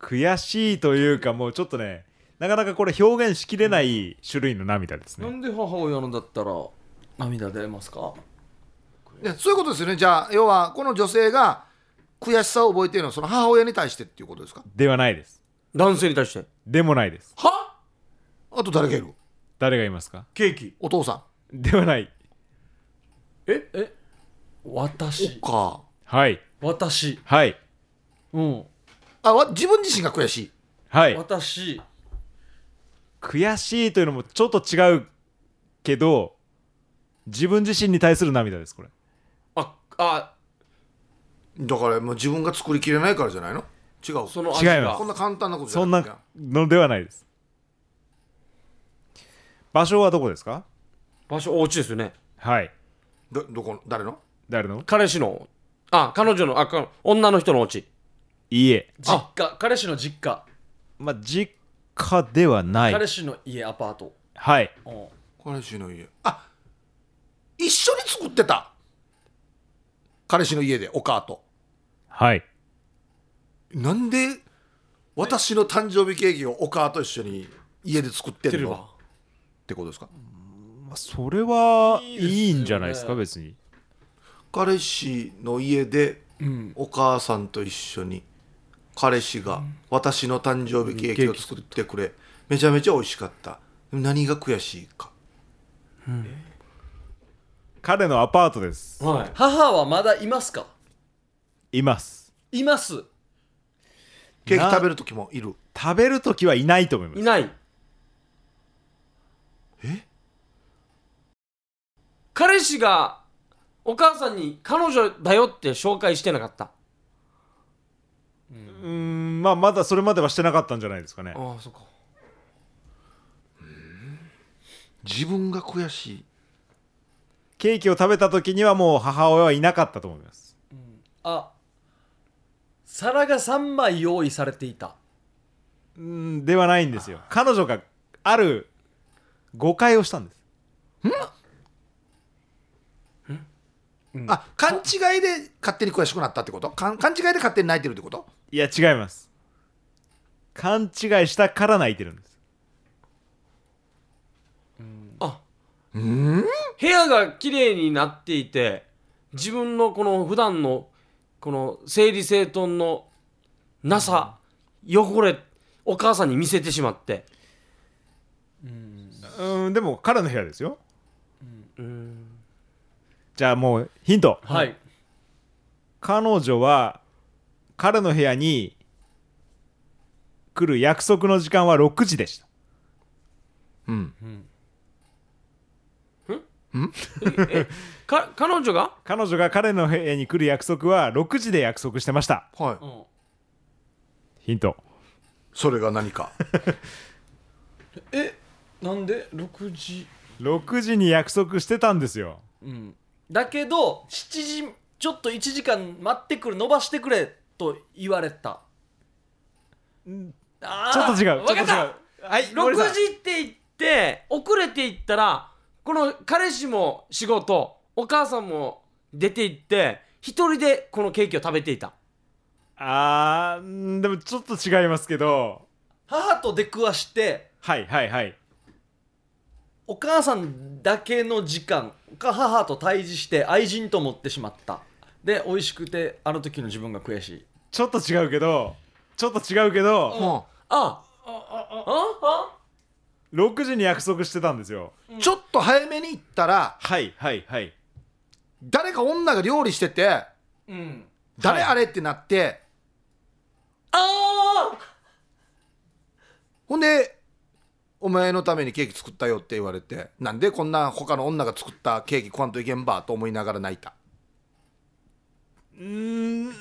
悔しいというかもうちょっとねなかなかこれ表現しきれない種類の涙です
な
ね
んで母親のだったら涙出ますか
ね、そういうことですよねじゃあ要はこの女性が悔しさを覚えているのはその母親に対してっていうことですか
ではないです
男性に対して
でもないです
は
あと誰がいる
誰がいますか
ケーキ
お父さ
ではない
ええ
ん
私
おか
はい
私
はい
うん
あわ自分自身が悔しい
はい
私
悔しいというのもちょっと違うけど自分自身に対する涙ですこれ
ああ
だからもう自分が作りきれないからじゃないの違う
その味
違い
が
ます
こんな簡単なことじ
そ
ゃ
ん
ない
なのではないです場所はどこですか
場所お家ですよね
はい
どどこの誰の
誰の
彼氏のあ彼女のあか女の人のお家
家
実家彼氏の実家、
まあ実家ではない
彼氏の家アパート
はい
うん
彼氏の家あ一緒に作ってた彼氏の家でお母と
はい
なんで私の誕生日ケーキをお母と一緒に家で作って
テ
る
ル
の
バ
ってことですか
まあそれはい
いですよね
いいんじゃないですか別に
彼氏の家で
うん
お母さんと一緒に彼氏が私の誕生日ケーキを作ってくれめちゃめちゃ美味しかった何が悔しいか
彼のアパートです
はい
母はまだいますか
います
います
ケーキ食べる時もいる
食べる時はいないと思います
いない
え
彼氏がお母さんに彼女だよって紹介してなかった
うーんまあまだそれまではしてなかったんじゃないですかね
ああそっか
自分が悔しい
ケーキを食べた時にはもう母親はいなかったと思います
あ皿が3枚用意されていた
うーんではないんですよ彼女がある誤解をしたんです
あ勘違いで勝手に悔しくなったってことかん勘違いで勝手に泣いてるってこと
いや違います勘違いしたから泣いてるんです
あ
うん
部屋が綺麗になっていて自分のこの普段のこの整理整頓のなさ、汚れお母さんに見せてしまって
うーんでも彼の部屋ですよ
うん
じゃあもうヒント
はい
彼女は彼の部屋に来る約束の時間は6時でした
うん
か彼女が
彼女が彼の部屋に来る約束は6時で約束してました
はい、
うん
ヒント
それが何か
えなんで6時
6時に約束してたんですよ
うんだけど7時ちょっと1時間待ってくれ伸ばしてくれと言われたあー
ちょっと違う
わかっ
ちょっと違
た
うはい
6
森さん
時って言って遅れていったらこの彼氏も仕事お母さんも出て行って一人でこのケーキを食べていた
あーんでもちょっと違いますけど
母と出くわして
はいはいはい
お母さんだけの時間か母と対峙して愛人と思ってしまったで美味しくてあの時の自分が悔しい
ちょっと違うけどちょっと違うけど
も
あああ
6時に約束してたんですよ
うちょっと早めに行ったら
はいはいはい
誰か女が料理してて
うん
誰あれってなって、
あ
ほんで「お前のためにケーキ作ったよ」って言われてなんでこんな他の女が作ったケーキ食わんといけんばと思いながら泣いた
うーん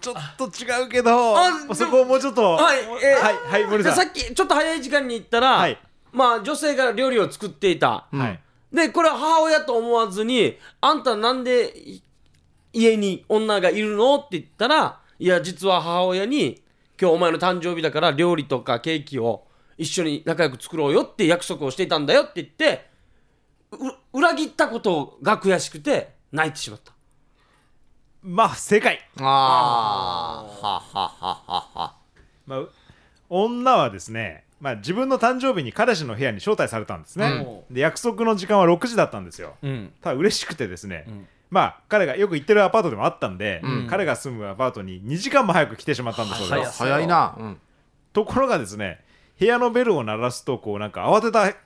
ちょっと違うけどそこをもうちょっと
はいえー
はいはい森
で
さん
さっきちょっと早い時間に行ったら、
はい
まあ女性が料理を作っていた、
はい
でこれは母親と思わずに「あんたなんでい家に女がいるの?」って言ったら「いや実は母親に今日お前の誕生日だから料理とかケーキを一緒に仲良く作ろうよって約束をしていたんだよって言ってう裏切ったことが悔しくて泣いてしまった
まあ正解、
ああははははは
まあ、女はですね、まあ、自分の誕生日に彼氏の部屋に招待されたんですね、で約束の時間は6時だったんですよ、
うん
ただ嬉しくてですね、
ん
まあ彼がよく行ってるアパートでもあったんで、彼が住むアパートに2時間も早く来てしまったんだそう
は
で
や
す
早いな、うん、
ところがですね部屋のベルを鳴らすとこうなんか慌てた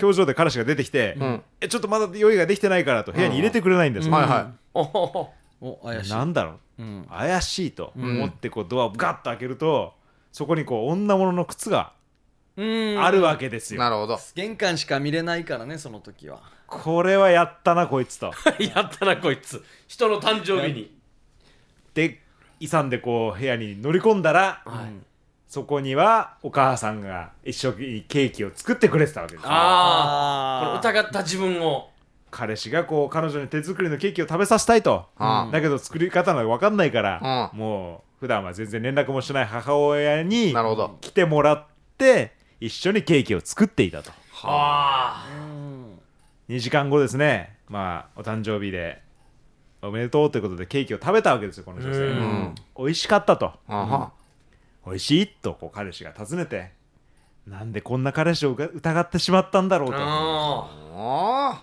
表情で彼氏が出てきて、
ん
えちょっとまだ用意ができてないからと部屋に入れてくれないんですよ、
はいは
おほほ
お怪しい
なんだろう、
うん
怪しいと思ってこうドアをガッと開けると、そこにこう女物の靴が
うん
あるわけです
い
よ、
なるほど
玄関しか見れないからねその時は
これはやったなこいつと
やったなこいつ人の誕生日に
で勇んでこう部屋に乗り込んだら、そこにはお母さんが一生懸命ケーキを作ってくれてたわけです
ああこの
あ
疑った自分を
彼氏がこう彼女に手作りのケーキを食べさせたいと、
うん
だけど作り方なんか分かんないから、
う
もう普段は全然連絡もしない母親に
なるほど
来てもらって一緒にケーキを作っていたと
ああ
2時間後ですねまあお誕生日でおめでとうということでケーキを食べたわけですよこの女性、
うん
うん
美味しかったと
あは
美味しいとこう彼氏が尋ねてなんでこんな彼氏を疑疑ってしまったんだろうと
あ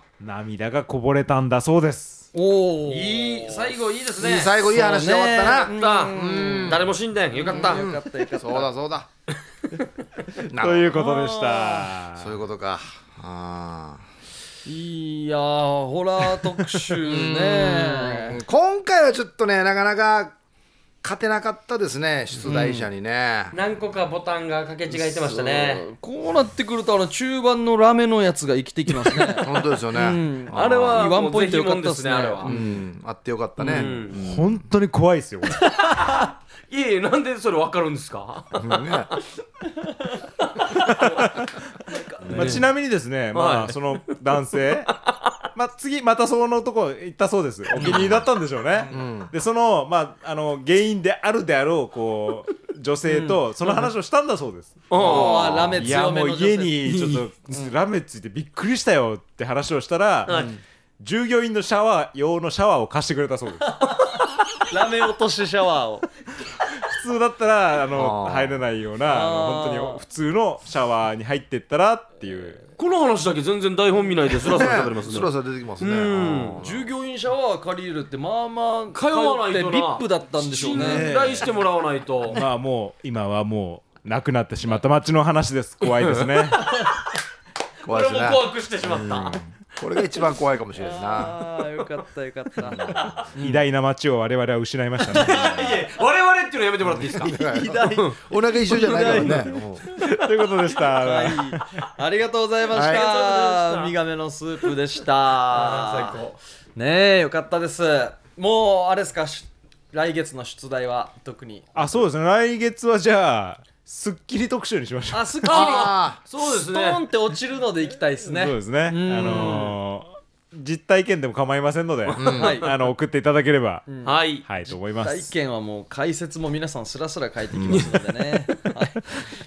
あ
涙がこぼれたんだそうです
お
ーいい最後いいです
ーいい
ね
最後いい話で終わったな
よかった誰も死んでんよかった
よかったよかった
そうだそうだなる
と
ほ
い
ど
うことでした
そういうことかあー
いやーホラー特集ね
今回はちょっとねなかなか勝てなかったですね出題者にね、
何個かボタンが掛け違えてましたね
こうなってくるとあの中盤のラメのやつが生きてきます ね
本当ですよね、
うん
あれは
ワンポイントよかったっすね
もうぜひもんあれは
うんあってよかったね、
うん
本当に怖いですよこれ
いえいえなんでそれ分かるんですか
うんね
まあ、ちなみにですね、ま
は
あ、
い
その男性、 まあ、次、またそのとこ行ったそうです。お気に入りだったんでしょうね。で、その、まあ、あの、原因であるであろう、こう、女性と、その話をしたんだそうです。
あ
あーラメ
いや、
強め
も
の
う
女性
家に、ちょっと、ラメついてびっくりしたよって話をしたら、
はい
従業員のシャワー用のシャワーを貸してくれたそ うです。
ラメ落としシャワーを
普通だったらあの
あー
入れないようなあ
あー
の本当に普通のシャワーに入ってったらっていう
この話だけ全然台本見ないでスラスラ喋りますね
スラスラ出てきますね
うん
あー
従業員シャワー借りるってまあまあ
通わないと
通って
な
ビップだったんでしょうね
信頼してもらわないと
まあもう今はもうなくなってしまった街の話です怖いで すね
怖い
俺
です
も
ね
怖くしてしまった
これが一番怖いかもしれないです な
ああよかったよかった
偉大な街を我々は失いましたね
いやいや我々っていうのやめてもらっていいですか
お腹一緒じゃないからねうん
ということでした、
はい、ありがとうございました。
はい
ありがとうござ
ウ
いました
ミガメのスープでした。
ー最高
ねえ、よかったです。もう、あれですか、し来月の出題は特に。
あそうですね来月はじゃあスッキリ特集にしましょう
あ、すっきり。
あ
そうです
ストーン
ね
って落ちるのでいきたいですね
そう。ですねあのー実体験でも構いませんので、
はい
あの送っていただければ、
はい
はいと思いま
体
す
験はもう解説も皆さんすらすら書いてきますのでね、は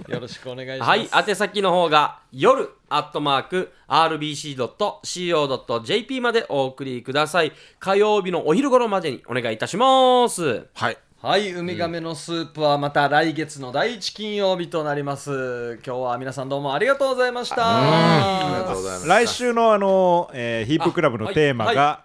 い、よろしくお願いします。
はい、宛先の方が夜アットマーク RBC.CO.JP までお送りください火曜日のお昼頃までにお願いいたします
はい
はい、ウミガメのスープはまた来月の第一金曜日となります。今日は皆さんどうもありがとうございました。
ありがとうございます
来週のあのー、えーヒープクラブのテーマが、
あは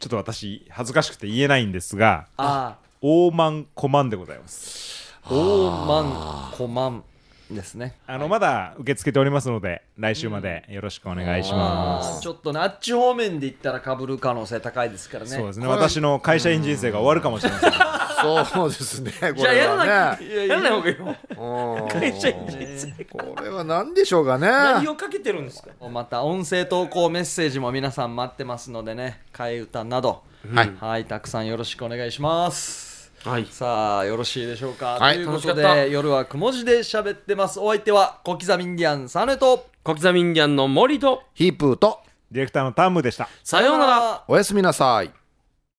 ちょっと私恥ずかしくて言えないんですが
あ
オーマンコマンでございます
あ、オーマン、コマンですね。
あの、まだ受け付けておりますので来週までよろしくお願いします、
ちょっとね、あっち方面で行ったらかぶる可能性高いですからね。
そうですね私の会社員人生が終わるかもしれま せん、
そうですねこ
じゃあ
れ
やら
は
な
ね
い、やらない方がいいよ
う ん
ちゃいけない
これは何でしょうかね
何をかけてるんですか
また音声投稿メッセージも皆さん待ってますのでね、替え歌など、
はい
たくさんよろしくお願いします。
はい
さあ、よろしいでしょうか。
はい
というこ
楽
と
しかった
で、夜はくも字で喋ってます。お相手は、小刻みインディアン、サネと、
小刻みインディアンの森と
ヒープーと
ディレクターのタンムでした
さようなら
おやすみなさい